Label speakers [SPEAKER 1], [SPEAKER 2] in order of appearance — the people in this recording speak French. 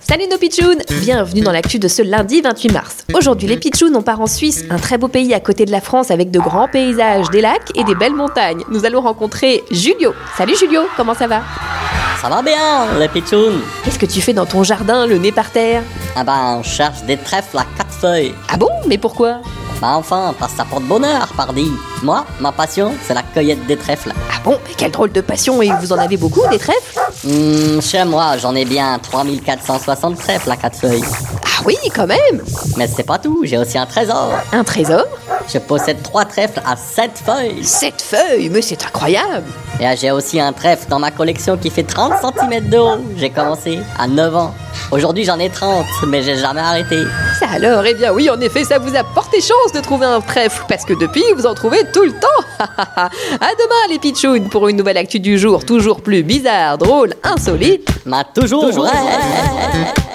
[SPEAKER 1] Salut nos pitchounes Bienvenue dans l'actu de ce lundi 28 mars. Aujourd'hui les pitchounes, on part en Suisse, un très beau pays à côté de la France avec de grands paysages, des lacs et des belles montagnes. Nous allons rencontrer Julio. Salut Julio, comment ça va
[SPEAKER 2] Ça va bien, les pitchounes
[SPEAKER 1] Qu'est-ce que tu fais dans ton jardin, le nez par terre
[SPEAKER 2] Ah ben, on cherche des trèfles à quatre feuilles.
[SPEAKER 1] Ah bon Mais pourquoi
[SPEAKER 2] Bah enfin, parce que ça porte bonheur, pardi Moi, ma passion, c'est la cueillette des trèfles.
[SPEAKER 1] Ah bon Mais quelle drôle de passion et vous en avez beaucoup des trèfles
[SPEAKER 2] Hmm, chez moi, j'en ai bien 3460 trèfles à quatre feuilles.
[SPEAKER 1] Ah oui, quand même
[SPEAKER 2] Mais c'est pas tout, j'ai aussi un trésor.
[SPEAKER 1] Un trésor
[SPEAKER 2] Je possède trois trèfles à sept feuilles.
[SPEAKER 1] Sept feuilles, mais c'est incroyable
[SPEAKER 2] Et j'ai aussi un trèfle dans ma collection qui fait 30 cm de haut. J'ai commencé à 9 ans. Aujourd'hui, j'en ai 30, mais j'ai jamais arrêté.
[SPEAKER 1] Ça alors, eh bien oui, en effet, ça vous a porté chance de trouver un trèfle, parce que depuis, vous en trouvez tout le temps. à demain, les pitchounes, pour une nouvelle actu du jour, toujours plus bizarre, drôle, insolite.
[SPEAKER 2] M'a toujours,
[SPEAKER 1] Toujours
[SPEAKER 2] ouais.
[SPEAKER 1] vrai.